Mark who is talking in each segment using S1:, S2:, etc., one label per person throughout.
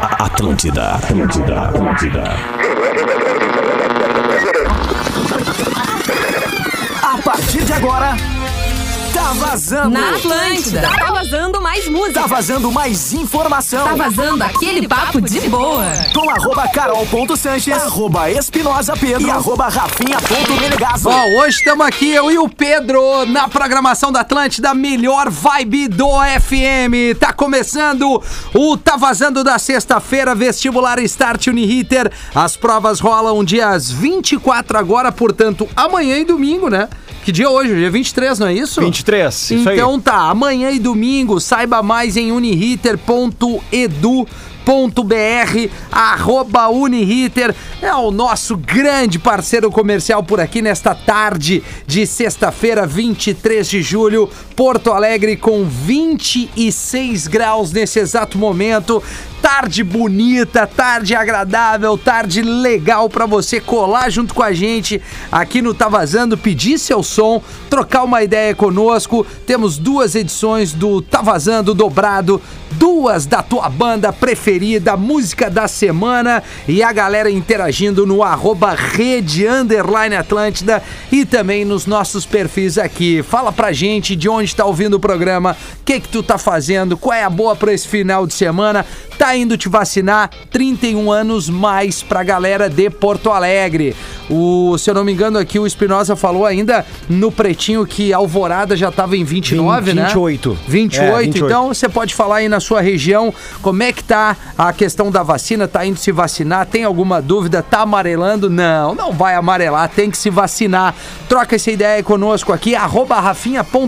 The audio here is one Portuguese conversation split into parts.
S1: Atlântida, Atlântida, Atlântida.
S2: A partir de agora, tá vazando.
S3: Na Atlântida, tá vazando mais música.
S2: Tá vazando mais informação.
S3: Tá vazando aquele papo de boa.
S2: Com arroba carol.sanches, arroba espinosa pedro e arroba rafinha.menegaso.
S4: Bom, hoje estamos aqui, eu e o Pedro, na programação da Atlântida, melhor vibe do FM. Tá começando o Tá Vazando da sexta-feira, vestibular Start Uniriter. As provas rolam um dias 24 agora, portanto, amanhã e domingo, né? Que dia é hoje? Dia 23, não é isso?
S5: 23, isso aí.
S4: então tá, amanhã e domingo, saiba mais em uniriter.edu.br, arroba Uniriter, é o nosso grande parceiro comercial por aqui nesta tarde de sexta-feira, 23 de julho, Porto Alegre com 26 graus nesse exato momento. Tarde bonita, tarde agradável, tarde legal pra você colar junto com a gente aqui no Tá Vazando, pedir seu som, trocar uma ideia conosco. Temos duas edições do Tá Vazando dobrado, duas da tua banda preferida, música da semana e a galera interagindo no arroba rede underline Atlântida e também nos nossos perfis aqui. Fala pra gente de onde tá ouvindo o programa, o que que tu tá fazendo, qual é a boa pra esse final de semana, tá indo te vacinar, 31 anos mais pra galera de Porto Alegre. O, se eu não me engano aqui, o Espinosa falou ainda no pretinho que Alvorada já tava em 29, né?
S5: 28.
S4: 28,
S5: É, 28.
S4: então você pode falar aí na sua região como é que tá a questão da vacina, tá indo se vacinar, tem alguma dúvida, tá amarelando? Não, não vai amarelar, tem que se vacinar. Troca essa ideia conosco aqui, arroba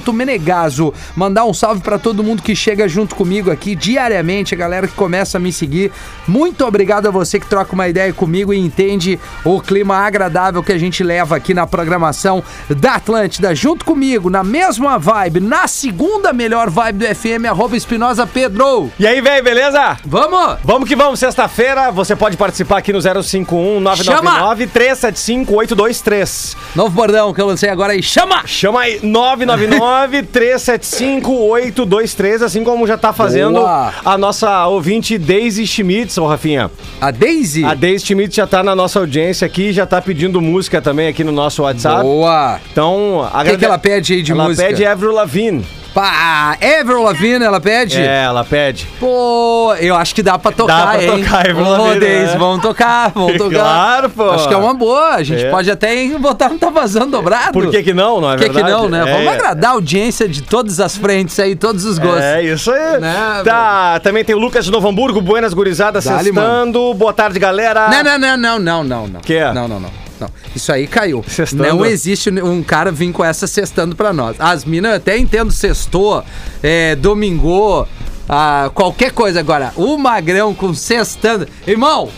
S4: rafinha.menegaso. Mandar um salve pra todo mundo que chega junto comigo aqui diariamente, a galera que começa a me seguir. Muito obrigado a você que troca uma ideia comigo e entende o clima agradável que a gente leva aqui na programação da Atlântida. Junto comigo, na mesma vibe, na segunda melhor vibe do FM, arroba Espinosa Pedro.
S5: E aí, velho, beleza?
S4: Vamos!
S5: Vamos que vamos, sexta-feira, você pode participar aqui no 051 999 375 823.
S4: Novo bordão que eu lancei agora aí, chama!
S5: Chama aí 999 375 823, assim como já tá fazendo
S4: Boa.
S5: a nossa ouvinte Daisy Schmitz, ô Rafinha.
S4: A Daisy?
S5: A Daisy Schmitz já tá na nossa audiência aqui, já tá pedindo música também aqui no nosso WhatsApp.
S4: Boa!
S5: Então,
S4: O que, que ela pede aí de
S5: ela
S4: música?
S5: pede Avril Lavigne.
S4: Pá, Avril Lavigne, ela pede?
S5: É, ela pede.
S4: Pô, eu acho que dá pra tocar,
S5: pra
S4: hein?
S5: tocar, é
S4: Ô,
S5: verdadeiro,
S4: Deis,
S5: né?
S4: vamos tocar, vamos tocar.
S5: Claro, pô.
S4: Acho que é uma boa, a gente
S5: É.
S4: pode até hein, botar um tá vazando dobrado.
S5: Por que que não, não é
S4: Por que que
S5: verdade?
S4: não, né?
S5: É.
S4: Vamos agradar a audiência de todas as frentes aí, todos os gostos.
S5: É isso aí.
S4: Né,
S5: tá, também tem o Lucas de Novo Hamburgo, Buenas Gurizadas,
S4: Dá-lhe,
S5: sextando. Boa tarde, galera.
S4: Não, não, não, não, não, não, não.
S5: Que é?
S4: Não, não, não. não. Isso aí caiu.
S5: Sextando.
S4: Não existe um cara vir com essa sextando pra nós. As minas eu até entendo sextou, é, domingou, ah, qualquer coisa. Agora, o magrão com sextando. Irmão!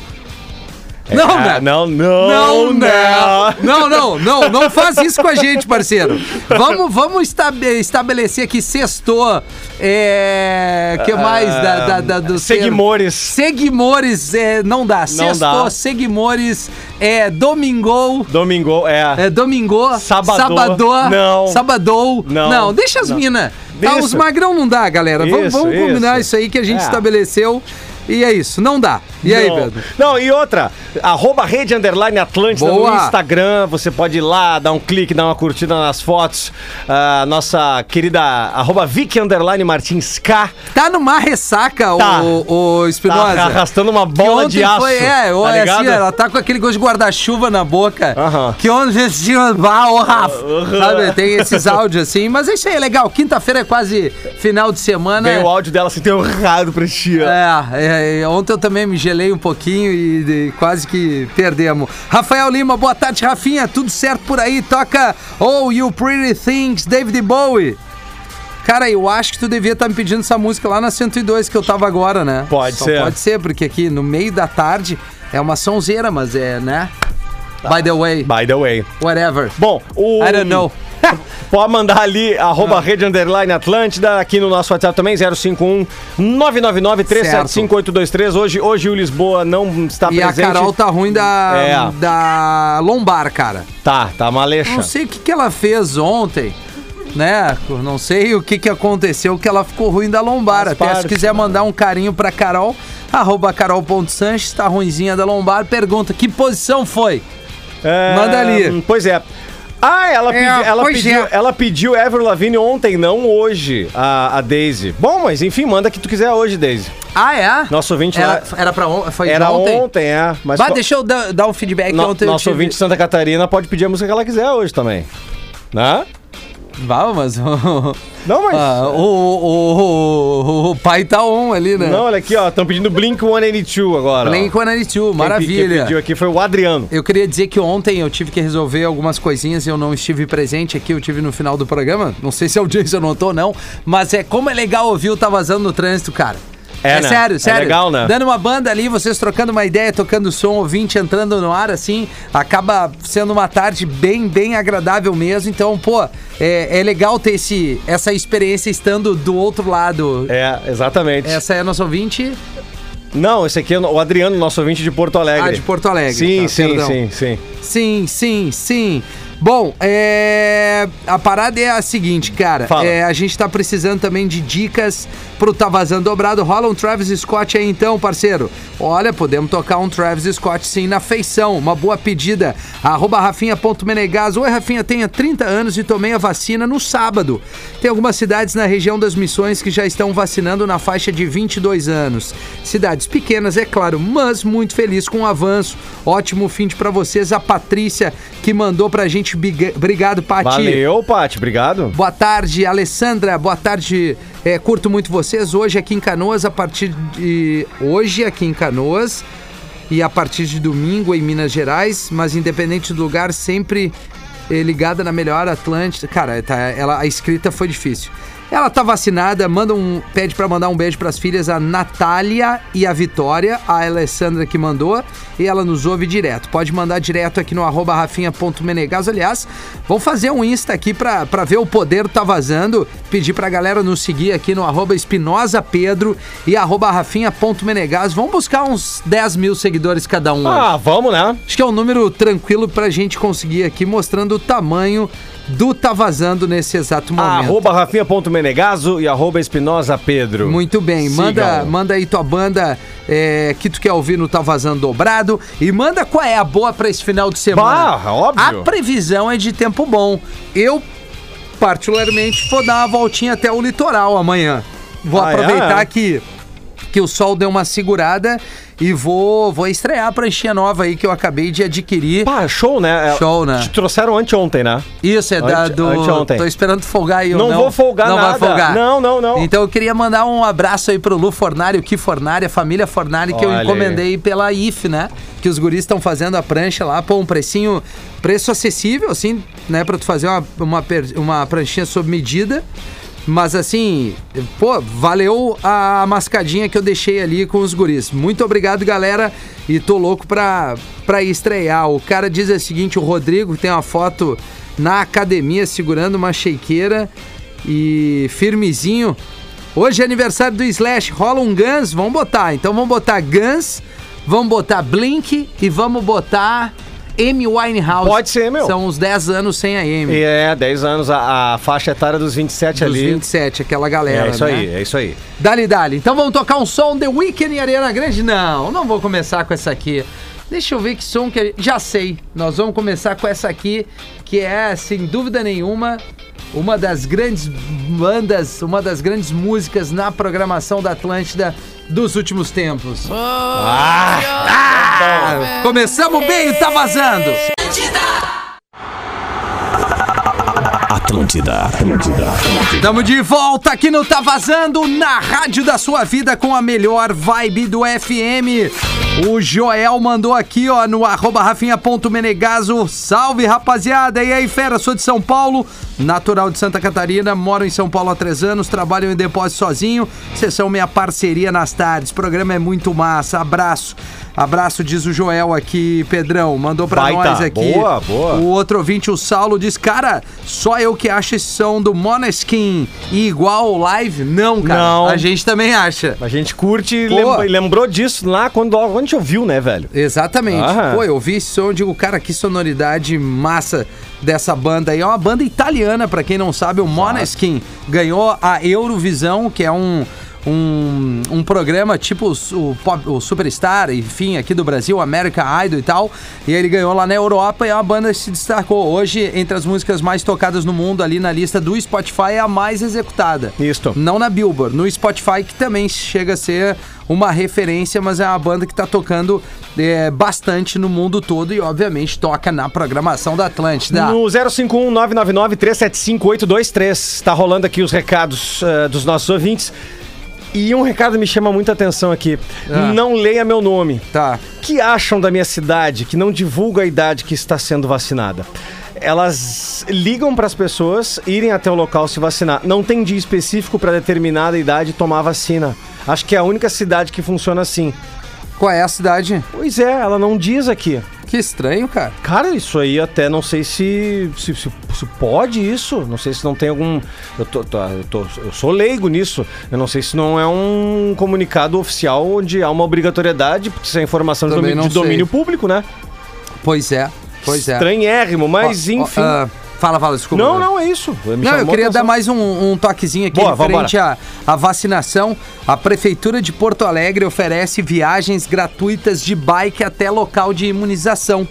S4: Não,
S5: Ah,
S4: né?
S5: não,
S4: Não, né?
S5: não, né?
S4: não. Oh, Não, não, não, não faz isso com a gente, parceiro. Vamos, vamos estabe- estabelecer aqui sextou. É. que mais da, da, da- do
S5: Ah, Seguimores.
S4: Seguimores é, não dá. Sextou,
S5: dá.
S4: Seguimores é domingou.
S5: Domingo, é.
S4: É, domingou,
S5: Sabadô.
S4: sabadô,
S5: Não.
S4: sabadou, não.
S5: Não.
S4: deixa as
S5: Não.
S4: minas. Tá,
S5: Isso.
S4: os magrão não dá, galera. vamos
S5: Isso,
S4: vamos combinar
S5: isso.
S4: isso aí que a gente
S5: É.
S4: estabeleceu e é isso, não dá. E aí,
S5: Não.
S4: Pedro?
S5: Não, e outra, arroba rede underline Atlântida
S4: Boa.
S5: no Instagram. Você pode ir lá, dar um clique, dar uma curtida nas fotos. Ah, nossa querida arroba Vicky underline Martins K.
S4: Tá numa ressaca,
S5: Tá.
S4: o, o Espinosa.
S5: Tá arrastando uma
S4: Que
S5: bola de
S4: ontem
S5: aço.
S4: Foi, é,
S5: tá
S4: olha assim,
S5: ligado?
S4: ela tá com aquele gosto de guarda-chuva na boca.
S5: Aham.
S4: Que ontem tinha. Ah, ô Rafa!
S5: Aham.
S4: Sabe, tem esses áudios assim, mas é isso aí, é legal. Quinta-feira é quase final de semana.
S5: Veio o áudio dela assim, tem um errado pra ti, ó.
S4: né? É, é, ontem eu também me gelei um pouquinho e, e quase que perdemos. Rafael Lima, boa tarde, Rafinha. Tudo certo por aí? Toca Oh You Pretty Things, David Bowie. Cara, eu acho que tu devia estar me pedindo essa música lá na 102 que eu tava agora, né?
S5: Pode
S4: Só
S5: ser.
S4: Pode ser, porque aqui no meio da tarde é uma sonzeira, mas é, né? By the way,
S5: By the way.
S4: whatever.
S5: Bom, o.
S4: I don't know.
S5: Pode mandar ali,
S4: Ah.
S5: arroba rede underline Atlântida, aqui no nosso WhatsApp também, 051 999 375 823. Hoje, hoje o Lisboa não está
S4: E a
S5: presente.
S4: Carol tá ruim da,
S5: É.
S4: da lombar, cara.
S5: Tá, tá malecha.
S4: Não sei o que, que ela fez ontem, né? Não sei o que, que aconteceu que ela ficou ruim da lombar.
S5: Faz
S4: Até se
S5: parte,
S4: quiser
S5: mano.
S4: mandar um carinho pra Carol, Arroba carol.sanches, tá ruimzinha da lombar. Pergunta, que posição foi?
S5: É,
S4: Manda ali.
S5: Pois é. Ah, ela,
S4: É,
S5: pedi- ela
S4: pois
S5: pediu,
S4: é.
S5: ela pediu Ever Lavigne ontem, não hoje, a, a Daisy. Bom, mas enfim, manda que tu quiser hoje, Daisy.
S4: Ah, é?
S5: Nosso ouvinte
S4: era,
S5: lá-
S4: Era pra on- foi de
S5: Era
S4: ontem?
S5: ontem, é. Mas
S4: Vai,
S5: co-
S4: deixa eu dar, dar um feedback
S5: no,
S4: ontem. eu
S5: nosso
S4: tive-
S5: ouvinte de Santa Catarina pode pedir a música que ela quiser hoje também. Né?
S4: Vá, mas...
S5: Não, mas.
S4: Ah, o, o- o- o pai tá on ali, né?
S5: Não, olha aqui, ó. Estão pedindo Blink 182 agora. ó.
S4: Blink 182,
S5: Quem pe- Quem
S4: maravilha.
S5: pediu aqui foi o Adriano.
S4: Eu queria dizer que ontem eu tive que resolver algumas coisinhas, eu não estive presente aqui, eu tive no final do programa. Não sei se a audiência notou, não, mas é como é legal ouvir o Tá Vazando no Trânsito, cara.
S5: É, né?
S4: sério,
S5: É
S4: sério.
S5: legal, né?
S4: Dando uma banda ali, vocês trocando uma ideia, tocando som, ouvinte entrando no ar, assim, acaba sendo uma tarde bem, bem agradável mesmo. Então, pô, é, é legal ter esse, essa experiência estando do outro lado.
S5: É, exatamente.
S4: Essa é a nossa ouvinte.
S5: Não, esse aqui é o Adriano, nosso ouvinte de Porto Alegre.
S4: Ah, de Porto Alegre,
S5: Sim,
S4: tá,
S5: sim,
S4: perdão.
S5: sim, sim.
S4: Sim, sim, sim. Bom, é, a parada é a seguinte, cara.
S5: Fala.
S4: É, a gente tá precisando também de dicas pro Tá Vazando Dobrado. Rola um Travis Scott aí então, parceiro. Olha, podemos tocar um Travis Scott sim na feição. Uma boa pedida. Arroba Rafinha.menegas. Oi, Rafinha, tenha 30 anos e tomei a vacina no sábado. Tem algumas cidades na região das missões que já estão vacinando na faixa de 22 anos. Cidades pequenas, é claro, mas muito feliz com o avanço. Ótimo fim de pra vocês. A Patrícia que mandou pra gente. biga- Obrigado, Pati.
S5: Valeu, Paty, obrigado.
S4: Boa tarde, Alessandra. Boa tarde. É, curto muito vocês. Hoje aqui em Canoas, a partir de. Hoje aqui em Canoas. E a partir de domingo em Minas Gerais, mas independente do lugar, sempre eh, ligada na melhor Atlântida. Cara, tá, ela, a escrita foi difícil. Ela tá vacinada, manda um, pede pra mandar um beijo pras filhas, a Natália e a Vitória, a Alessandra que mandou, e ela nos ouve direto. Pode mandar direto aqui no arroba rafinha.menegas. Aliás, vamos fazer um Insta aqui pra, pra ver o poder tá vazando. Pedir pra galera nos seguir aqui no arroba espinosa pedro e arroba rafinha.menegas. Vamos buscar uns 10 mil seguidores cada um. hoje.
S5: Ah, vamos, né?
S4: Acho que é um número tranquilo pra gente conseguir aqui, mostrando o tamanho do tá vazando nesse exato momento.
S5: Arroba rafinha.menegaso e arroba espinosa pedro.
S4: Muito bem,
S5: Sigam.
S4: manda, manda aí tua banda é, que tu quer ouvir no Tá Vazando Dobrado e manda qual é a boa pra esse final de semana.
S5: Bah, óbvio.
S4: A previsão é de tempo bom. Eu, particularmente, vou dar uma voltinha até o litoral amanhã. Vou
S5: Ah, é?
S4: aproveitar que, que o sol deu uma segurada e vou, vou estrear a pranchinha nova aí que eu acabei de adquirir.
S5: Pá, show, né?
S4: Show, né?
S5: Te trouxeram anteontem, né?
S4: Isso, é da
S5: Ante-
S4: do.
S5: anteontem.
S4: Tô esperando folgar e eu
S5: Não
S4: não.
S5: vou folgar
S4: não
S5: nada.
S4: Vai folgar.
S5: Não, não, não.
S4: Então eu queria mandar um abraço aí pro Lu Fornari, o Ki Fornari, a família Fornari, que
S5: Olha
S4: eu encomendei pela IF, né? Que os guris estão fazendo a prancha lá, pô, um precinho. Preço acessível, assim, né? Pra tu fazer uma, uma, per- uma pranchinha sob medida. Mas assim, pô, valeu a mascadinha que eu deixei ali com os guris. Muito obrigado, galera. E tô louco pra, pra estrear. O cara diz o seguinte: o Rodrigo tem uma foto na academia segurando uma shakeira e firmezinho. Hoje é aniversário do Slash, rola um Guns, vamos botar. Então vamos botar Guns, vamos botar Blink e vamos botar M Winehouse.
S5: Pode ser, meu.
S4: São uns 10 anos sem a M.
S5: E é, 10 anos, a, a faixa etária dos
S4: Hum.
S5: 27
S4: Dos
S5: ali.
S4: 27, aquela
S5: é
S4: galera.
S5: isso
S4: né?
S5: aí, é isso aí.
S4: Dali, dali. Então vamos tocar um som The Weeknd e Arena Grande? Não, não vou começar com essa aqui. Deixa eu ver que som que. é- Já sei. Nós vamos começar com essa aqui, que é, sem dúvida nenhuma, uma das grandes bandas, uma das grandes músicas na programação da Atlântida dos últimos tempos. Ah, começamos bem, e tá vazando!
S1: Atlântida, Atlântida, Atlântida.
S4: Estamos de volta aqui no Tá Vazando, na rádio da sua vida, com a melhor vibe do FM. O Joel mandou aqui, ó, no arroba rafinha.menegaso. Salve, rapaziada. E aí, fera, sou de São Paulo, natural de Santa Catarina, moro em São Paulo há três anos, trabalho em depósito sozinho. Vocês são minha parceria nas tardes. O programa é muito massa. Abraço. Abraço, diz o Joel aqui, Pedrão. Mandou pra
S5: Baita.
S4: nós aqui.
S5: Boa, boa.
S4: O o outro ouvinte, o Saulo, diz: Cara, só eu que acho esse som do Moneskin e igual ao live? Não, cara.
S5: Não.
S4: A gente também acha.
S5: A gente curte e
S4: Pô.
S5: lembra- e lembrou disso lá quando, quando a gente ouviu, né, velho?
S4: Exatamente.
S5: Aham.
S4: Pô, eu vi esse som e digo, cara, que sonoridade massa dessa banda aí. É uma banda italiana, pra quem não sabe, o Moneskin ganhou a Eurovisão, que é um, um, um programa tipo os- o, Pop- o Superstar, enfim, aqui do Brasil, America Idol e tal. E ele ganhou lá na Europa e é uma banda que se destacou hoje entre as músicas mais tocadas no mundo ali na lista do Spotify, é a mais executada.
S5: Isto.
S4: Não na Billboard, no Spotify, que também chega a ser uma referência, mas é uma banda que tá tocando é, bastante no mundo todo e, obviamente, toca na programação da Atlântida.
S5: No 051-999-375-823. Tá rolando aqui os recados eh, dos nossos ouvintes. E um recado me chama muita atenção aqui.
S4: Ah.
S5: Não leia meu nome.
S4: Tá.
S5: O que acham da minha cidade que não divulga a idade que está sendo vacinada? Elas ligam para as pessoas irem até o local se vacinar. Não tem dia específico para determinada idade tomar a vacina. Acho que é a única cidade que funciona assim.
S4: Qual é a cidade?
S5: Pois é, ela não diz aqui.
S4: Que estranho, cara.
S5: Cara, isso aí até não sei se se, se- se pode isso. Não sei se não tem algum. Eu, tô- tô- eu tô- eu sou leigo nisso. Eu não sei se não é um comunicado oficial onde há uma obrigatoriedade, porque isso é informação de,
S4: Também
S5: domínio,
S4: não
S5: de domínio
S4: sei.
S5: público, né?
S4: Pois é, pois é.
S5: Estranhérrimo, mas
S4: Ó, ó,
S5: enfim.
S4: ah, fala, fala, desculpa.
S5: não, não, é isso. Me
S4: Não, eu
S5: chamou
S4: queria
S5: atenção.
S4: dar mais um, um toquezinho aqui
S5: Boa,
S4: referente à, à vacinação. A Prefeitura de Porto Alegre oferece viagens gratuitas de bike até local de imunização.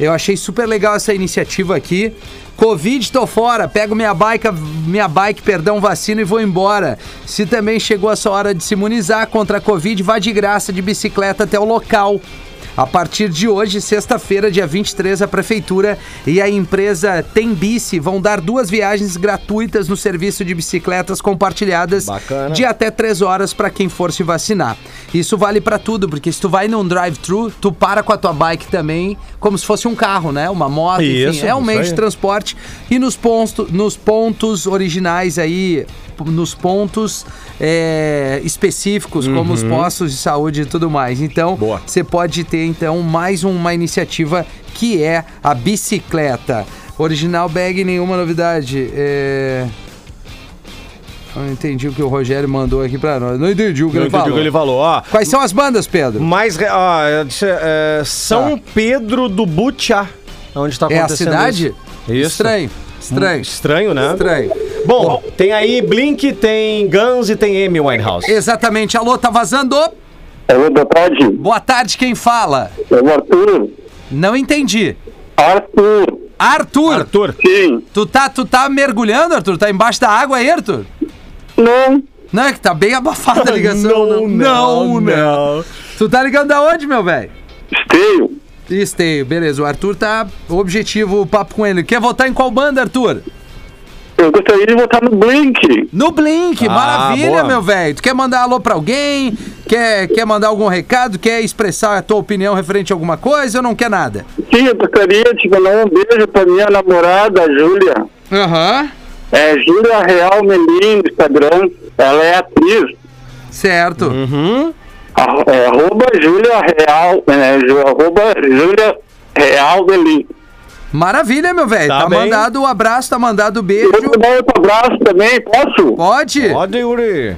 S4: Eu achei super legal essa iniciativa aqui. Covid, tô fora, pego minha bike, minha bike, perdão, vacina e vou embora. Se também chegou a sua hora de se imunizar contra a Covid, vá de graça de bicicleta até o local. A partir de hoje, sexta-feira, dia 23, a Prefeitura e a empresa Tembice vão dar duas viagens gratuitas no serviço de bicicletas compartilhadas
S5: Bacana.
S4: de até três horas para quem for se vacinar. Isso vale para tudo, porque se tu vai num drive-thru, tu para com a tua bike também, como se fosse um carro, né? Uma moto,
S5: Isso,
S4: enfim, é um
S5: isso
S4: meio
S5: aí.
S4: de transporte. E nos, ponto, nos pontos originais aí, p- nos pontos é, específicos, como os postos de saúde e tudo mais. Então,
S5: Uhum. Boa.
S4: você pode ter então mais uma iniciativa que é a bicicleta. Original bag, nenhuma novidade. É... Eu não entendi o que o Rogério mandou aqui pra nós. Não entendi o que,
S5: Não
S4: ele,
S5: entendi o
S4: falou.
S5: que ele falou, ó.
S4: Quais são as bandas, Pedro?
S5: Mais. re- ó, eu disse, é, São Pedro do Butiá. é Onde tá
S4: Tá. É a
S5: acontecendo
S4: cidade?
S5: Isso. isso.
S4: Estranho. Estranho.
S5: Estranho, né?
S4: Estranho.
S5: Bom, tem aí Blink, tem Guns e tem Amy Winehouse.
S4: Exatamente. Alô, tá vazando?
S6: Alô, boa tarde.
S4: Boa tarde, quem fala?
S6: É o Arthur.
S4: Não entendi.
S6: Arthur.
S4: Arthur,
S5: Arthur,
S6: Sim.
S4: Tu, tá, tu tá mergulhando, Arthur? Tá embaixo da água aí, Arthur?
S6: Não.
S4: Não, é que tá bem abafada a ligação.
S5: Não, não, né? não.
S4: Tu tá ligando da onde, meu velho?
S6: Esteio.
S4: Esteio, beleza. O Arthur tá objetivo o papo com ele. Quer votar em qual banda, Arthur?
S6: Eu gostaria de votar no Blink.
S4: No Blink,
S5: Ah,
S4: maravilha,
S5: boa.
S4: meu velho. Tu quer mandar alô pra alguém? Quer, quer mandar algum recado? Quer expressar a tua opinião referente a alguma coisa ou não quer nada?
S6: Sim, eu gostaria de mandar um beijo pra minha namorada, a Júlia.
S4: Aham.
S6: É Júlia Real Melim no Instagram. Ela é atriz.
S4: Certo.
S5: Uhum.
S6: Arro- é, Arroba Júlia Real. É, Ju- arroba Júlia Real Melim.
S4: Maravilha, meu velho.
S5: Tá
S4: Tá,
S5: bem.
S4: mandado o abraço, tá mandado o
S6: Eu
S4: beijo.
S6: vou te dar outro abraço também, posso?
S4: Pode?
S5: pode, Yuri.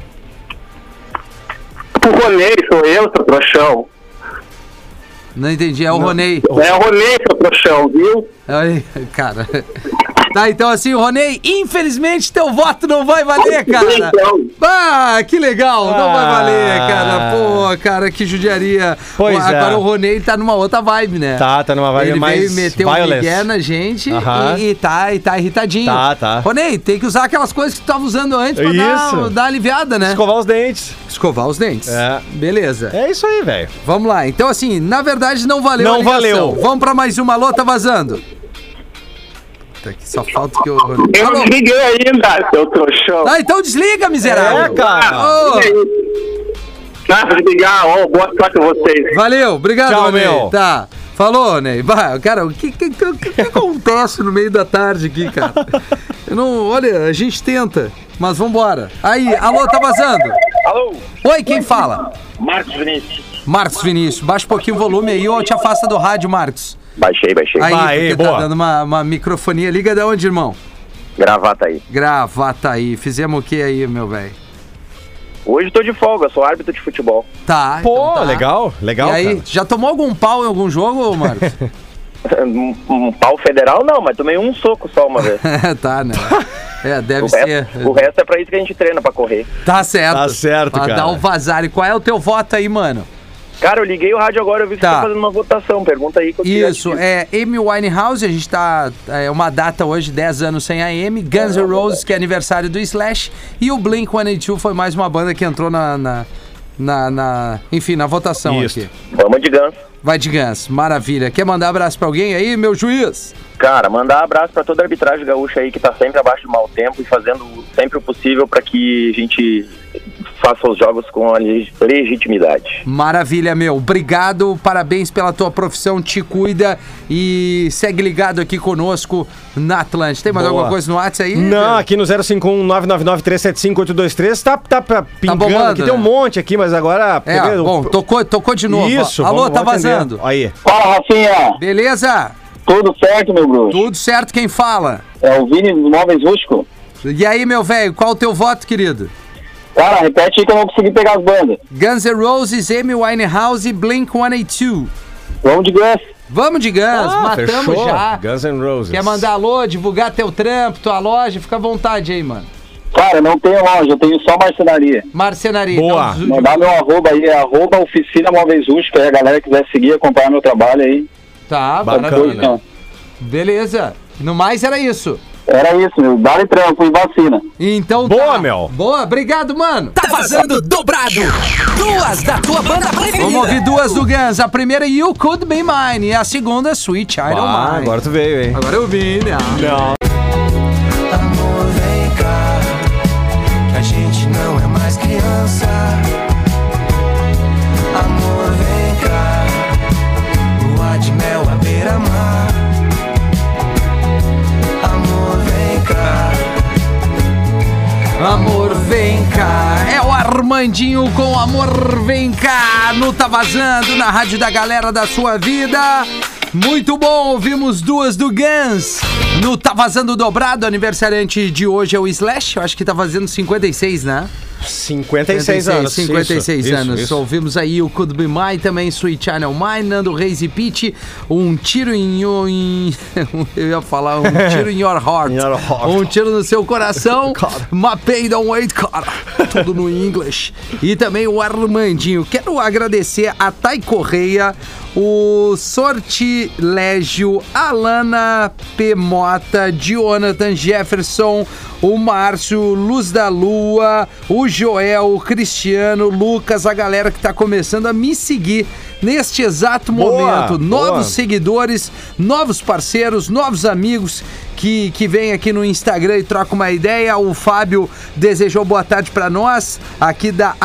S6: O Ronei, sou eu, seu trouxão.
S4: Não entendi, é o Ronei.
S6: É o Ronei, seu trouxão, viu?
S4: Aí, cara. Tá, então assim, Ronei, infelizmente teu voto não vai valer, É, cara.
S6: Então.
S4: Ah, que legal, não vai
S5: Ah.
S4: valer, cara. Pô, cara, que judiaria.
S5: Pois é.
S4: Agora o Ronei tá numa outra vibe, né?
S5: Tá, tá numa vibe
S4: Ele
S5: mais
S4: veio meter um
S5: violence.
S4: migué na gente
S5: Aham.
S4: e, e tá, e tá irritadinho.
S5: Tá, tá.
S4: Ronei, tem que usar aquelas coisas que tu tava usando antes pra
S5: Isso.
S4: dar, dar aliviada, né?
S5: Escovar os dentes.
S4: Escovar os dentes.
S5: É.
S4: Beleza.
S5: É isso aí, velho.
S4: Vamos lá. Então, assim, na verdade não valeu.
S5: Não
S4: a ligação.
S5: valeu.
S4: Vamos pra mais uma. Alô, tá vazando. Tá aqui, só falta que eu...
S6: Eu
S4: Alô.
S6: não liguei ainda, seu trouxão.
S4: Ah, então desliga, miserável.
S5: É, cara.
S4: Ô,
S6: Ah, vou ligar, ó, boa sorte a vocês.
S4: valeu, obrigado,
S5: Tchau,
S4: Ney.
S5: meu.
S4: Tá. Falou, Ney. Bah, cara, o que, que, que- que- que acontece no meio da tarde aqui, cara? Eu não... Olha, a gente tenta, mas vambora. Aí, alô, tá vazando.
S6: Alô,
S4: Oi, quem fala?
S6: Marcos Vinícius.
S4: Marcos Vinícius. Baixa um pouquinho o volume aí ou te afasta do rádio, Marcos.
S6: Baixei, baixei.
S4: Aí,
S5: Vai, aí,
S4: porque tá
S5: boa.
S4: dando uma, uma microfonia. Liga da onde, irmão?
S6: Gravata aí.
S4: Gravata aí. Fizemos o que aí, meu velho?
S6: Hoje tô de folga, sou árbitro de futebol.
S4: Tá.
S5: Pô,
S4: então tá.
S5: legal, legal.
S4: e aí,
S5: cara.
S4: já tomou algum pau em algum jogo, Marcos?
S6: Um, um pau federal não, mas tomei um soco só uma vez.
S4: É, tá, né? É, deve
S7: O
S4: ser.
S7: resto, o resto é pra isso que a gente treina, pra correr.
S4: Tá certo.
S5: Tá certo,
S4: Pra
S5: cara.
S4: dar o vazar. E qual é o teu voto aí, mano?
S7: Cara, eu liguei o rádio agora, eu vi que
S4: Tá.
S7: você tá fazendo uma votação. Pergunta aí. que eu queria
S4: Isso,
S7: te-
S4: é Amy Winehouse, a gente tá. É uma data hoje, 10 anos sem a Amy. Guns N' Roses, que é aniversário do Slash. E o Blink 182 foi mais uma banda que entrou na. na, na- na- enfim, na votação
S5: Isso.
S4: aqui.
S7: Vamos de ganso.
S4: Vai de Guns, maravilha. Quer mandar um abraço pra alguém aí, meu juiz?
S7: Cara, mandar abraço pra toda a arbitragem gaúcha aí que tá sempre abaixo do mau tempo e fazendo sempre o possível pra que a gente faça os jogos com a leg- legitimidade.
S4: Maravilha, meu. Obrigado, parabéns pela tua profissão, te cuida e segue ligado aqui conosco na Atlântida. Tem mais
S5: Boa.
S4: alguma coisa no WhatsApp aí?
S5: Não, aqui no 051 999 375 823 tá, tá pra- pingando
S4: bombando,
S5: aqui, tem um
S4: né?
S5: monte aqui, mas agora...
S4: É,
S5: quer ver?
S4: bom, tocou, tocou de novo.
S5: tá Isso,
S4: Alô,
S5: vamos-
S4: tá
S5: vamos atender.
S4: vazando.
S5: Aí.
S6: Fala, Rafinha.
S4: Beleza?
S6: Tudo certo, meu Bruno?
S4: Tudo certo quem fala.
S6: É o Vini dos Móveis Rústico.
S4: E aí, meu velho, qual o teu voto, querido?
S6: Cara, repete aí que eu não consegui pegar as bandas.
S4: Guns N' Roses, Amy Winehouse e Blink-182.
S6: Vamos de Gus.
S4: Vamos de Guns, Ah, matamos
S5: Ah, Fechou.
S4: já.
S5: Guns N' Roses.
S4: Quer mandar alô, divulgar teu trampo, tua loja? Fica à vontade aí, mano.
S6: Cara, não tenho loja, eu tenho só marcenaria.
S4: Marcenaria.
S5: Boa.
S4: então, ju-
S6: Mandar meu arroba aí, é arroba oficina móveis rústicos, aí a galera que quiser seguir, acompanhar meu trabalho aí.
S4: Tá,
S5: Bacana.
S4: maravilha.
S6: Então,
S4: Beleza. No mais era isso.
S6: Era isso, meu. Dá-lhe trampo e vacina.
S4: Então
S5: Boa,
S4: tá.
S5: meu.
S4: Boa, obrigado, mano.
S2: Tá vazando dobrado. Duas da tua banda preferida.
S4: Vamos ouvir duas do Guns. A primeira é You Could Be Mine e a segunda é Sweet Iron
S5: Ah,
S4: Mine.
S5: agora tu veio, hein?
S4: Agora eu vi, né?
S5: Não.
S8: Amor, vem cá, que a gente não é mais criança. Amor, vem cá, lua de mel à beira-mar. Amor, vem cá.
S4: Amor, vem cá. É o Armandinho com Amor, vem cá. No Tá Vazando, na Rádio da Galera da Sua Vida. Muito bom, ouvimos duas do Guns. No Tá Vazando Dobrado, aniversariante de hoje é o Slash. Eu acho que tá fazendo 56, né?
S5: 56 anos.
S4: 56
S5: Isso, isso,
S4: anos.
S5: isso.
S4: Ouvimos aí o Could Be Mine, também Sweet Channel Mine, Nando Reis e Pete. Um tiro em, em- Eu ia falar um tiro em your heart.
S5: In your heart.
S4: Um tiro no seu coração. Mapei don't wait, cara. Tudo no English. E também o Armandinho. Quero agradecer a Thay Correia, o Sortilégio, Alana Pemota, Jonathan Jefferson, o Márcio, Luz da Lua, o Joel, o Cristiano, o Lucas, a galera que tá começando a me seguir neste exato
S5: Boa,
S4: momento.
S5: boa.
S4: Novos seguidores, novos parceiros, novos amigos que, que vêm aqui no Instagram e trocam uma ideia. O Fábio desejou boa tarde pra nós, aqui da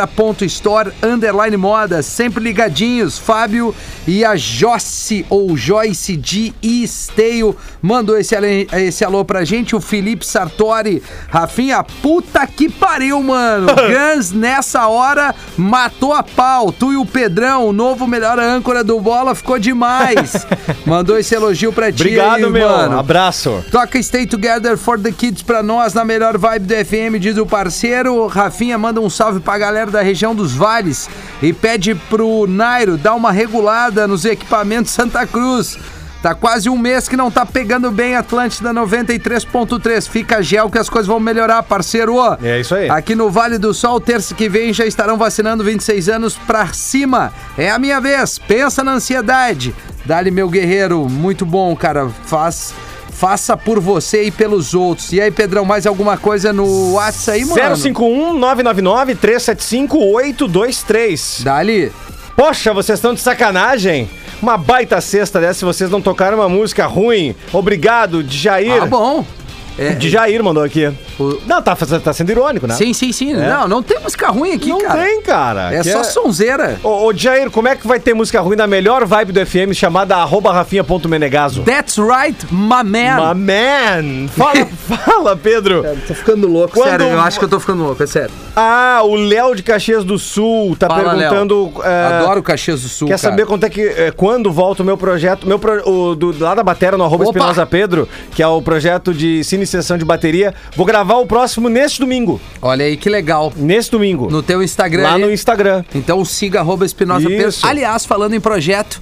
S4: Amora.store Underline Moda, sempre ligadinhos. Fábio e a Joyce, ou Joyce de Esteio, mandou esse, ale- esse alô pra gente. O Felipe Sartori, Rafinha, puta que pariu, mano. Guns nessa hora matou a pau. Tu e o Pedrão, o novo melhor âncora do bola, ficou demais. Mandou esse elogio pra ti.
S5: Obrigado,
S4: aí,
S5: meu.
S4: Mano.
S5: Abraço.
S4: Toca Stay Together for the Kids pra nós na melhor vibe do FM, diz o parceiro. Rafinha manda um salve pra galera da região dos vales e pede pro Nairo dar uma regulada nos equipamentos Santa Cruz. Tá quase um mês que não tá pegando bem Atlântida 93.3. Fica gel que as coisas vão melhorar, parceiro.
S5: É isso aí.
S4: Aqui no Vale do Sol, terça que vem, já estarão vacinando 26 anos pra cima. É a minha vez. Pensa na ansiedade. Dali, meu guerreiro. Muito bom, cara. Faz. Faça por você e pelos outros. E aí, Pedrão, mais alguma coisa no WhatsApp aí, mano?
S5: 051 999 375 823.
S4: Dali.
S5: Poxa, vocês estão de sacanagem? Uma baita cesta dessa se vocês não tocaram uma música ruim. Obrigado, Djair.
S4: Tá bom. É,
S5: Djair mandou aqui.
S4: O-
S5: Não, tá, faz- tá sendo irônico, né?
S4: sim, sim, sim. Não, não tem música ruim aqui,
S5: Não
S4: cara.
S5: tem, cara.
S4: É
S5: Que
S4: só sonzeira.
S5: Ô, ô, Djair, como é que vai ter música ruim na melhor vibe do FM chamada arroba rafinha.menegaso?
S4: That's right, my man.
S5: My man! Fala, fala, Pedro!
S4: Tô ficando louco,
S5: Quando-
S4: sério. Eu acho que eu tô ficando louco, é sério.
S5: Ah, o Léo de Caxias do Sul tá
S4: Fala, Léo.
S5: perguntando. é,
S4: Adoro Caxias do Sul,
S5: Quer
S4: cara.
S5: saber quanto é que é, quando volta o meu projeto, meu pro- o, do, lá da Batera no arroba
S4: Opa!
S5: Espinosa Pedro, que é o projeto de cine sessão de bateria. Vou gravar o próximo neste domingo,
S4: Olha aí que legal.
S5: neste domingo,
S4: No teu Instagram.
S5: lá
S4: ali.
S5: no Instagram.
S4: Então siga arroba Espinosa Pedro.
S5: Isso.
S4: Aliás, falando em projeto,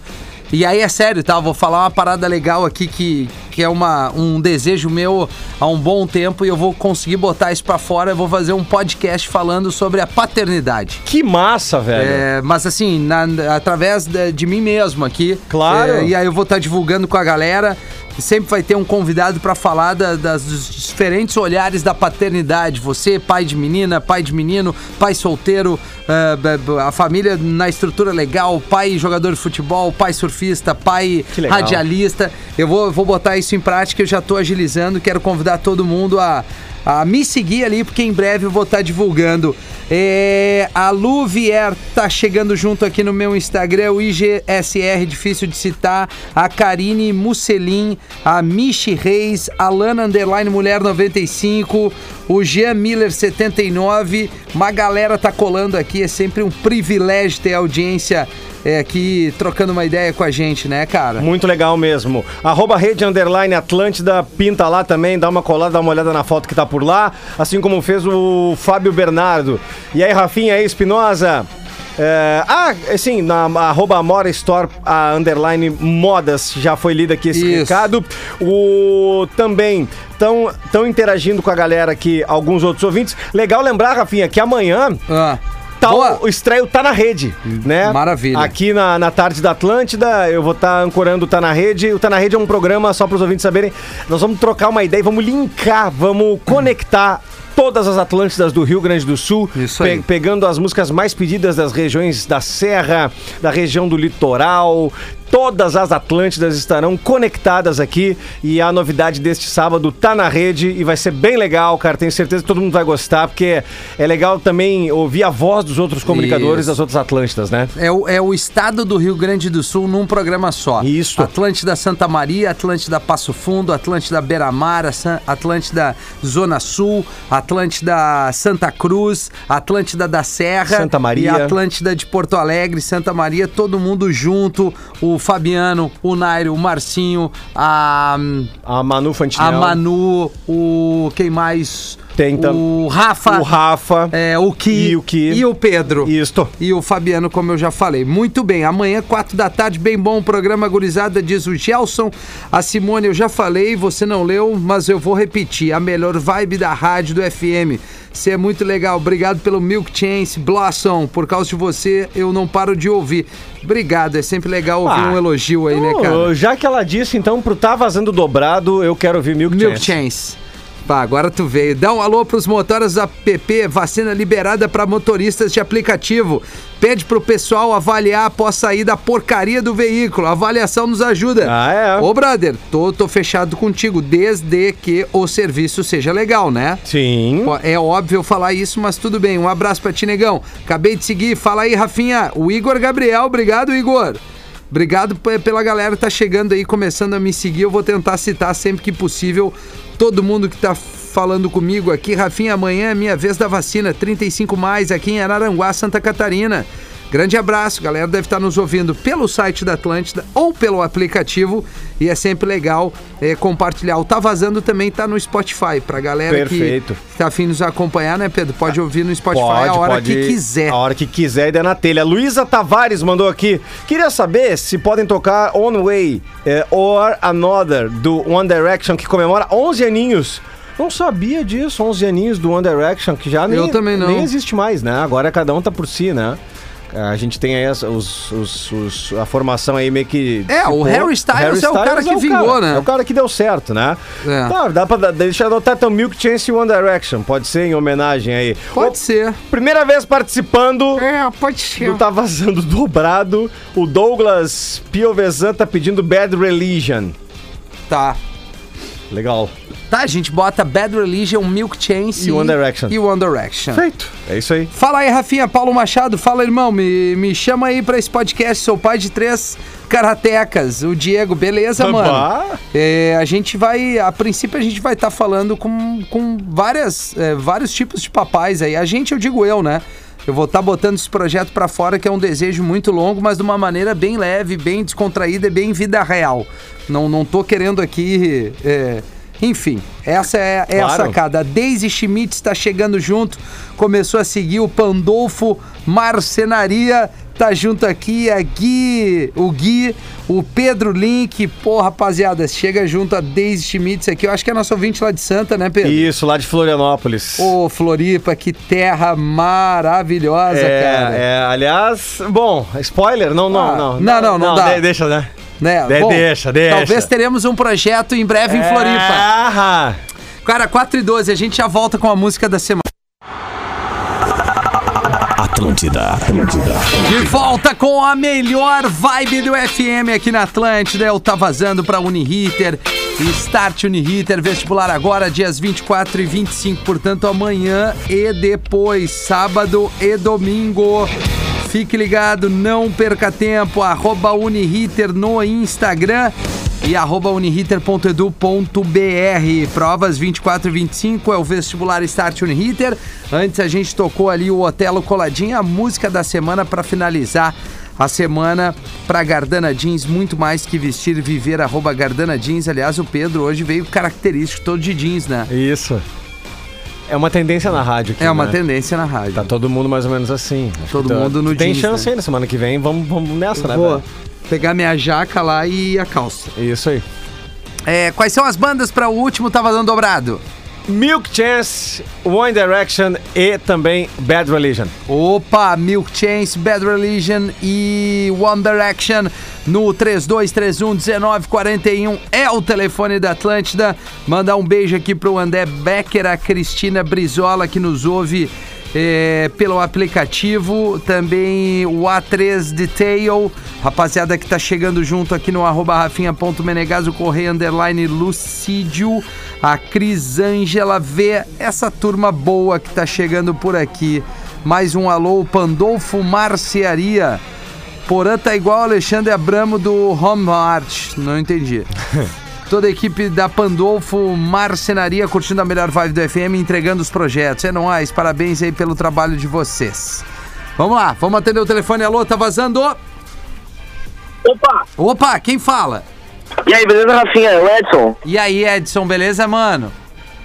S4: e aí é sério, tá? Vou falar uma parada legal aqui que, que é uma, um desejo meu há um bom tempo e eu vou conseguir botar isso pra fora. Eu vou fazer um podcast falando sobre a paternidade.
S5: Que massa, velho.
S4: É, mas assim, na- através de, de mim mesmo aqui.
S5: Claro.
S4: É, e aí eu vou estar divulgando com a galera. Sempre vai ter um convidado para falar da- das, dos diferentes olhares da paternidade. Você, pai de menina, pai de menino, pai solteiro, é, b- b- a família na estrutura legal, pai jogador de futebol, pai surfista, pai
S5: Que legal.
S4: radialista. Eu vou, vou botar isso em prática, eu já tô agilizando, quero convidar todo mundo a, a me seguir ali, porque em breve eu vou estar divulgando. É, a Lu Vier tá chegando junto aqui no meu Instagram, o IGSR, difícil de citar, a Karine Musselin, a Michi Reis, a Lana Underline Mulher 95, o Jean Miller 79, uma galera tá colando aqui, é sempre um privilégio ter audiência é, aqui trocando uma ideia com a gente, né, cara?
S5: Muito legal mesmo. Arroba Rede Underline Atlântida, pinta lá também, dá uma colada, dá uma olhada na foto que tá por lá, assim como fez o Fábio Bernardo. E aí, Rafinha, aí, Espinosa? É, ah, sim, na arroba Amora Store, a Underline Modas, já foi lida aqui esse
S4: Isso.
S5: recado. O, também estão tão interagindo com a galera aqui, alguns outros ouvintes. Legal lembrar, Rafinha, que amanhã
S4: Ah.
S5: Tá,
S4: Boa.
S5: o, o estreio tá na rede, né?
S4: Maravilha.
S5: Aqui na, na tarde da Atlântida, eu vou estar ancorando o Tá na Rede. O Tá na Rede é um programa, só para os ouvintes saberem, nós vamos trocar uma ideia, e vamos linkar, vamos conectar todas as Atlântidas do Rio Grande do Sul,
S4: Isso aí.
S5: pegando as músicas mais pedidas das regiões da Serra, da região do litoral. Todas as Atlântidas estarão conectadas aqui e a novidade deste sábado tá na rede e vai ser bem legal, cara. Tenho certeza que todo mundo vai gostar, porque é legal também ouvir a voz dos outros comunicadores
S4: Isso.
S5: das outras Atlântidas, né?
S4: É o, é o estado do Rio Grande do Sul num programa só.
S5: Isso.
S4: Atlântida Santa Maria, Atlântida Passo Fundo, Atlântida Beira Mar, San- Atlântida Zona Sul, Atlântida Santa Cruz, Atlântida da Serra.
S5: Santa Maria.
S4: E Atlântida de Porto Alegre, Santa Maria, todo mundo junto. O Fabiano, o Nairo, o Marcinho, a,
S5: A Manu Fantinel.
S4: a Manu, o... quem mais?
S5: Tem tam-
S4: O Rafa.
S5: O Rafa.
S4: É, o Ki.
S5: E o Ki.
S4: E o Pedro.
S5: Isto.
S4: E o Fabiano, como eu já falei. Muito bem, amanhã, quatro da tarde, bem bom o programa Gurizada, diz o Gelson. A Simone, eu já falei, você não leu, mas eu vou repetir. A melhor vibe da rádio do FM. Você é muito legal. Obrigado pelo Milk Chance, Blossom. Por causa de você, eu não paro de ouvir. Obrigado, é sempre legal ouvir
S5: Ah,
S4: um elogio aí, né,
S5: Então,
S4: cara?
S5: Já que ela disse, então, pro Tá Vazando Dobrado, eu quero ouvir Milk,
S4: Milk
S5: Chance.
S4: Chance. Pá, agora tu veio. Dá um alô pros motoras app, vacina liberada pra motoristas de aplicativo. Pede pro pessoal avaliar após sair da porcaria do veículo. A avaliação nos ajuda.
S5: Ah, é.
S4: Ô, brother, tô, tô fechado contigo, desde que o serviço seja legal, né?
S5: Sim.
S4: Ó, É óbvio eu falar isso, mas tudo bem. Um abraço pra ti, negão. Acabei de seguir. Fala aí, Rafinha. O Igor Gabriel. Obrigado, Igor. Obrigado pe- pela galera que tá chegando aí, começando a me seguir. Eu vou tentar citar sempre que possível todo mundo que tá falando comigo aqui. Rafinha, amanhã é minha vez da vacina, 35 mais, aqui em Araranguá, Santa Catarina. Grande abraço, galera deve estar nos ouvindo pelo site da Atlântida ou pelo aplicativo e é sempre legal eh, compartilhar. O Tá Vazando também tá no Spotify, pra galera
S5: Perfeito.
S4: que Tá afim de nos acompanhar, né, Pedro? Pode ouvir no Spotify a hora que quiser.
S5: A hora que quiser e der na telha. Luísa Tavares mandou aqui. Queria saber se podem tocar On Way eh, or Another do One Direction, que comemora 11 aninhos. Não sabia disso, 11 aninhos do One Direction, que já nem,
S4: Eu também não.
S5: nem existe mais, né? Agora cada um tá por si, né? A gente tem aí as- os, os- os- a formação aí meio que.
S4: É, o
S5: dissipou.
S4: Harry Styles é o cara que
S5: o
S4: vingou, né?
S5: É o cara que deu certo, né?
S4: É.
S5: Tá, dá pra dar- deixa eu anotar então Milk Chance e One Direction. Pode ser em homenagem aí.
S4: Pode
S5: Ô,
S4: ser.
S5: Primeira vez participando.
S4: É, pode ser.
S5: Não tá vazando dobrado. O Douglas Piovesan tá pedindo Bad Religion.
S4: Tá.
S5: Legal.
S4: Tá, a gente bota Bad Religion, Milk Chance
S5: E One Direction.
S4: E One Direction.
S5: Feito. É isso aí.
S4: Fala aí, Rafinha, Paulo Machado. Fala, irmão, me, me chama aí pra esse podcast. Sou pai de três karatecas. O Diego, beleza,
S5: Tá bom.
S4: mano? É, a gente vai, a princípio, a gente vai estar falando com, com várias, é, vários tipos de papais aí. A gente, eu digo eu, né? Eu vou estar botando esse projeto pra fora, que é um desejo muito longo, mas de uma maneira bem leve, bem descontraída e bem vida real. Não, não tô querendo aqui. é, enfim, essa é, é a
S5: Claro.
S4: sacada molecada. A Daisy Schmidt está chegando junto, começou a seguir o Pandolfo Marcenaria. Tá junto aqui a Gui, o Gui, o Pedro Link. Pô, rapaziada, chega junto a Daisy Schmitz aqui. Eu acho que é nosso ouvinte lá de Santa, né, Pedro?
S5: Isso, lá de Florianópolis.
S4: Ô, Floripa, que terra maravilhosa,
S5: é,
S4: cara.
S5: é, aliás, bom, spoiler? Não, não,
S4: Ah,
S5: não.
S4: não, não, não dá.
S5: de- deixa, né?
S4: Né?
S5: De- deixa, deixa. É.
S4: Talvez teremos um projeto em breve em Floripa.
S5: Ah,
S4: Cara, 4 e 12, a gente já volta com a música da semana.
S1: Atlântida, Atlântida.
S4: De volta com a melhor vibe do FM aqui na Atlântida. Eu tá vazando pra Uniriter. Start Uniriter, vestibular agora, dias 24 e 25, portanto, amanhã e depois, sábado e domingo. Fique ligado, não perca tempo. Arroba Uniriter no Instagram e arroba uniriter.edu.br. Provas 24 e 25 é o vestibular Start Uniriter. Antes a gente tocou ali o Otelo Coladinho, a música da semana para finalizar a semana para Gardana Jeans, muito mais que vestir e viver, arroba Gardana Jeans. Aliás, o Pedro hoje veio característico todo de jeans, né?
S5: isso. É uma tendência na rádio aqui,
S4: É uma
S5: né?
S4: tendência na rádio.
S5: Tá todo mundo mais ou menos assim. Acho
S4: Todo
S5: que tá-
S4: mundo no
S5: Tem
S4: jeans,
S5: chance
S4: né?
S5: ainda, semana que vem. Vamos, vamos nessa, né,
S4: Vou
S5: velho?
S4: pegar minha jaca lá e a calça.
S5: Isso aí.
S4: É, quais são as bandas para o último Tava Dando Dobrado?
S5: Milk Chance, One Direction e também Bad Religion.
S4: Opa, Milk Chains, Bad Religion e One Direction no 32311941 é o telefone da Atlântida. Mandar um beijo aqui pro André Becker, a Cristina Brizola que nos ouve eh, pelo aplicativo, também o A3 Detail, rapaziada que tá chegando junto aqui no arroba rafinha.menegas, o Correia Underline Lucídio, a Crisângela V, essa turma boa que tá chegando por aqui. Mais um alô, Pandolfo Marcearia. Porã tá igual Alexandre Abramo do Home Art. Não entendi. Toda a equipe da Pandolfo Marcenaria curtindo a melhor vibe do FM, entregando os projetos. É nóis, parabéns aí pelo trabalho de vocês. Vamos lá, vamos atender o telefone. Alô, tá vazando?
S6: Opa!
S4: Opa, quem fala?
S6: E aí, beleza, Rafinha? É o Edson.
S4: E aí, Edson, beleza, mano?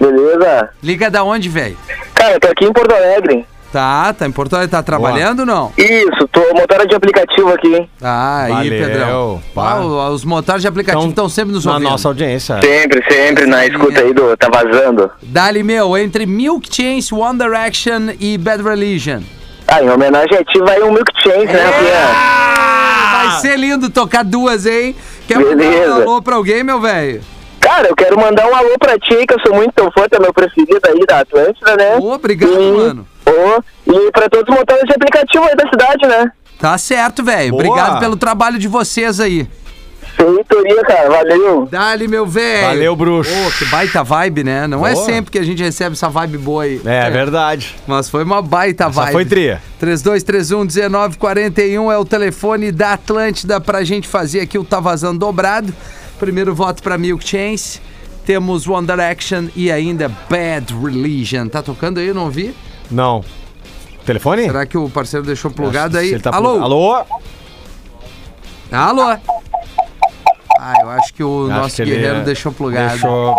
S6: Beleza?
S4: Liga da onde, velho?
S6: Cara, eu tô aqui em Porto Alegre.
S4: Tá, tá em Porto Alegre, tá trabalhando ou não?
S6: Isso, tô motora de aplicativo aqui.
S4: Ah, aí,
S5: Valeu,
S4: Pedrão.
S5: pá.
S4: Ah, o- os motores de aplicativo
S5: Então,
S4: estão tipo, sempre nos
S5: Na
S4: ouvindo.
S5: nossa audiência.
S6: Sempre, sempre na escuta aí do Tá Vazando.
S4: Dali, meu, entre Milk Chains, One Direction e Bad Religion.
S6: Ah, em homenagem a ti vai um Milk Chance, né, Rafinha?
S5: Ah!
S4: Vai ser lindo tocar duas, hein? Quer
S6: Beleza.
S4: mandar um alô pra alguém, meu velho?
S6: Cara, eu quero mandar um alô pra ti, que eu sou muito teu fã, tu é meu preferido aí da Atlântida, né?
S4: Ô, obrigado,
S6: e,
S4: mano.
S6: ô, e pra todos os motores de aplicativo aí da cidade, né?
S4: Tá certo, velho.
S5: Boa.
S4: Obrigado pelo trabalho de vocês aí.
S6: Feitoria, cara, valeu.
S4: Dali, meu velho.
S5: Valeu, bruxo.
S4: Ô, que baita vibe, né? Não é
S5: Boa.
S4: sempre que a gente recebe essa vibe boa aí.
S5: É, verdade.
S4: Mas foi uma baita
S5: Só
S4: vibe.
S5: foi tria.
S4: 3231-1941 é o telefone da Atlântida pra gente fazer aqui o Tá Vazando Dobrado. Primeiro voto pra Milk Chance. Temos One Direction e ainda Bad Religion. Tá tocando aí, eu não vi?
S5: Não. Telefone?
S4: Será que o parceiro deixou plugado
S5: Se
S4: aí?
S5: ele tá
S4: Alô?
S5: plugado. Alô?
S4: Alô? Ah, eu acho que o
S5: Acho
S4: nosso
S5: que ele,
S4: guerreiro
S5: é,
S4: deixou plugado.
S5: Deixou.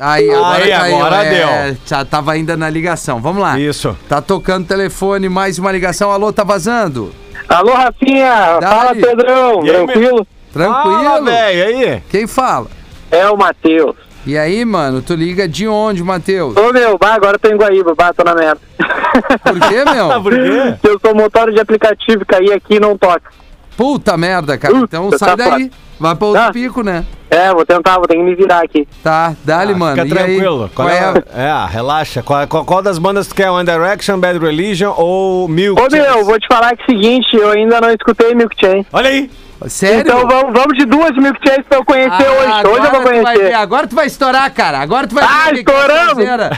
S4: Aí, agora,
S5: Aí,
S4: caiu,
S5: agora
S4: é, Já tava ainda na ligação. Vamos lá.
S5: Isso.
S4: Tá tocando telefone, mais uma ligação. Alô, tá vazando?
S6: Alô, Rafinha.
S4: Dá
S6: Fala,
S4: aí.
S6: Pedrão.
S5: E aí,
S6: Tranquilo?
S5: Fala,
S4: Tranquilo?
S5: velho, aí.
S4: Quem fala?
S6: É o Matheus.
S4: E aí, mano, tu liga de onde, Matheus?
S6: Ô, meu, bah, agora eu tô em Guaíba, bah, tô na merda.
S4: Por quê,
S5: Ah,
S4: meu?
S5: por quê?
S6: eu sou motor de aplicativo, caí aqui e não toca. Puta
S4: merda, cara. Então
S6: Puta,
S4: sai
S6: tá
S4: daí. Vai pra outro
S6: Tá.
S4: pico, né?
S6: É, vou tentar, vou ter que me virar aqui.
S4: Tá, dali,
S5: Ah,
S4: mano.
S5: Fica
S4: E aí?
S5: tranquilo. Qual é? a- É, relaxa. Qual, qual- qual das bandas tu quer? One Direction, Bad Religion ou Milk?
S6: Ô,
S5: Chance?
S6: meu, vou te falar que é o seguinte, eu ainda não escutei Milk Chain.
S5: Olha aí.
S4: Sério?
S6: Então vamos, vamos de duas Milk Chains pra eu conhecer
S4: Ah,
S6: hoje. Hoje eu vou
S4: agora tu vai ver,
S6: conhecer.
S4: Agora tu vai estourar, cara. Agora tu vai
S6: Ah,
S4: ver o que que é
S6: estouramos!
S4: sonzeira.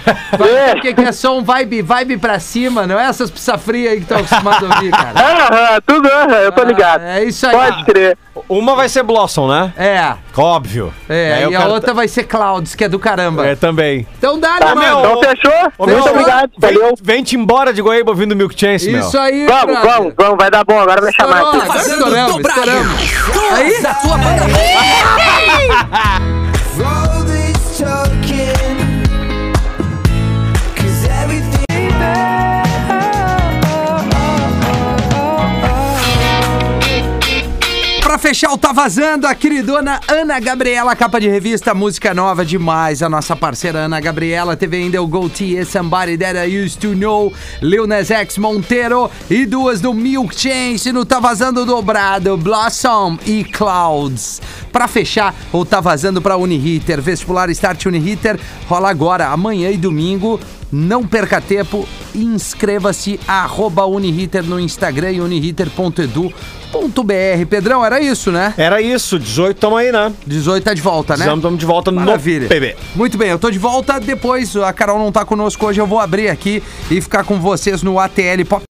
S4: Vai
S6: É.
S4: ver o que que é só um vibe, vibe pra cima, não é essas pizza fria aí que estão acostumado a ouvir, cara.
S6: Aham, tudo, aham, eu tô Tá ligado.
S4: Ah, é isso aí.
S6: Pode crer.
S5: Uma vai ser Blossom, né?
S4: É,
S5: Óbvio.
S4: é.
S5: Aí o
S4: e a
S5: cara-
S4: outra vai ser Clouds, que é do caramba.
S5: É, também.
S4: Então dá,
S6: Tá,
S4: mano.
S6: então fechou?
S5: Ô,
S6: Muito
S5: meu,
S6: obrigado, valeu.
S5: vem, vem te embora de Goiaba ouvindo Milk Chance, meu.
S4: Isso aí,
S6: Vamos,
S4: brother.
S6: vamos, vamos, vai dar bom, agora vai chamar
S4: Estourou,
S6: aqui.
S4: agora estouramos, estouramos. Aí,
S8: Roll this token. Cause everything.
S4: fechar o Tá Vazando, a queridona Ana Gabriela, capa de revista, música nova demais. A nossa parceira Ana Gabriela teve ainda é o Goatee, Somebody That I Used To Know, Lil Nas X Monteiro e duas do Milk Chance no Tá Vazando Dobrado, Blossom e Clouds. Pra fechar o Tá Vazando pra Uniriter, vestibular Start Uniriter, rola agora, amanhã e domingo. Não perca tempo, inscreva-se, arroba Uniriter no Instagram e uniriter.edu.br. Pedrão, era isso, né?
S5: Era isso, 18 tamo aí, né?
S4: 18 tá de volta, né?
S5: Estamos de volta
S4: Maravilha.
S5: no PB.
S4: Muito bem, eu tô de volta. Depois, a Carol não tá conosco hoje, eu vou abrir aqui e ficar com vocês no ATL Pop.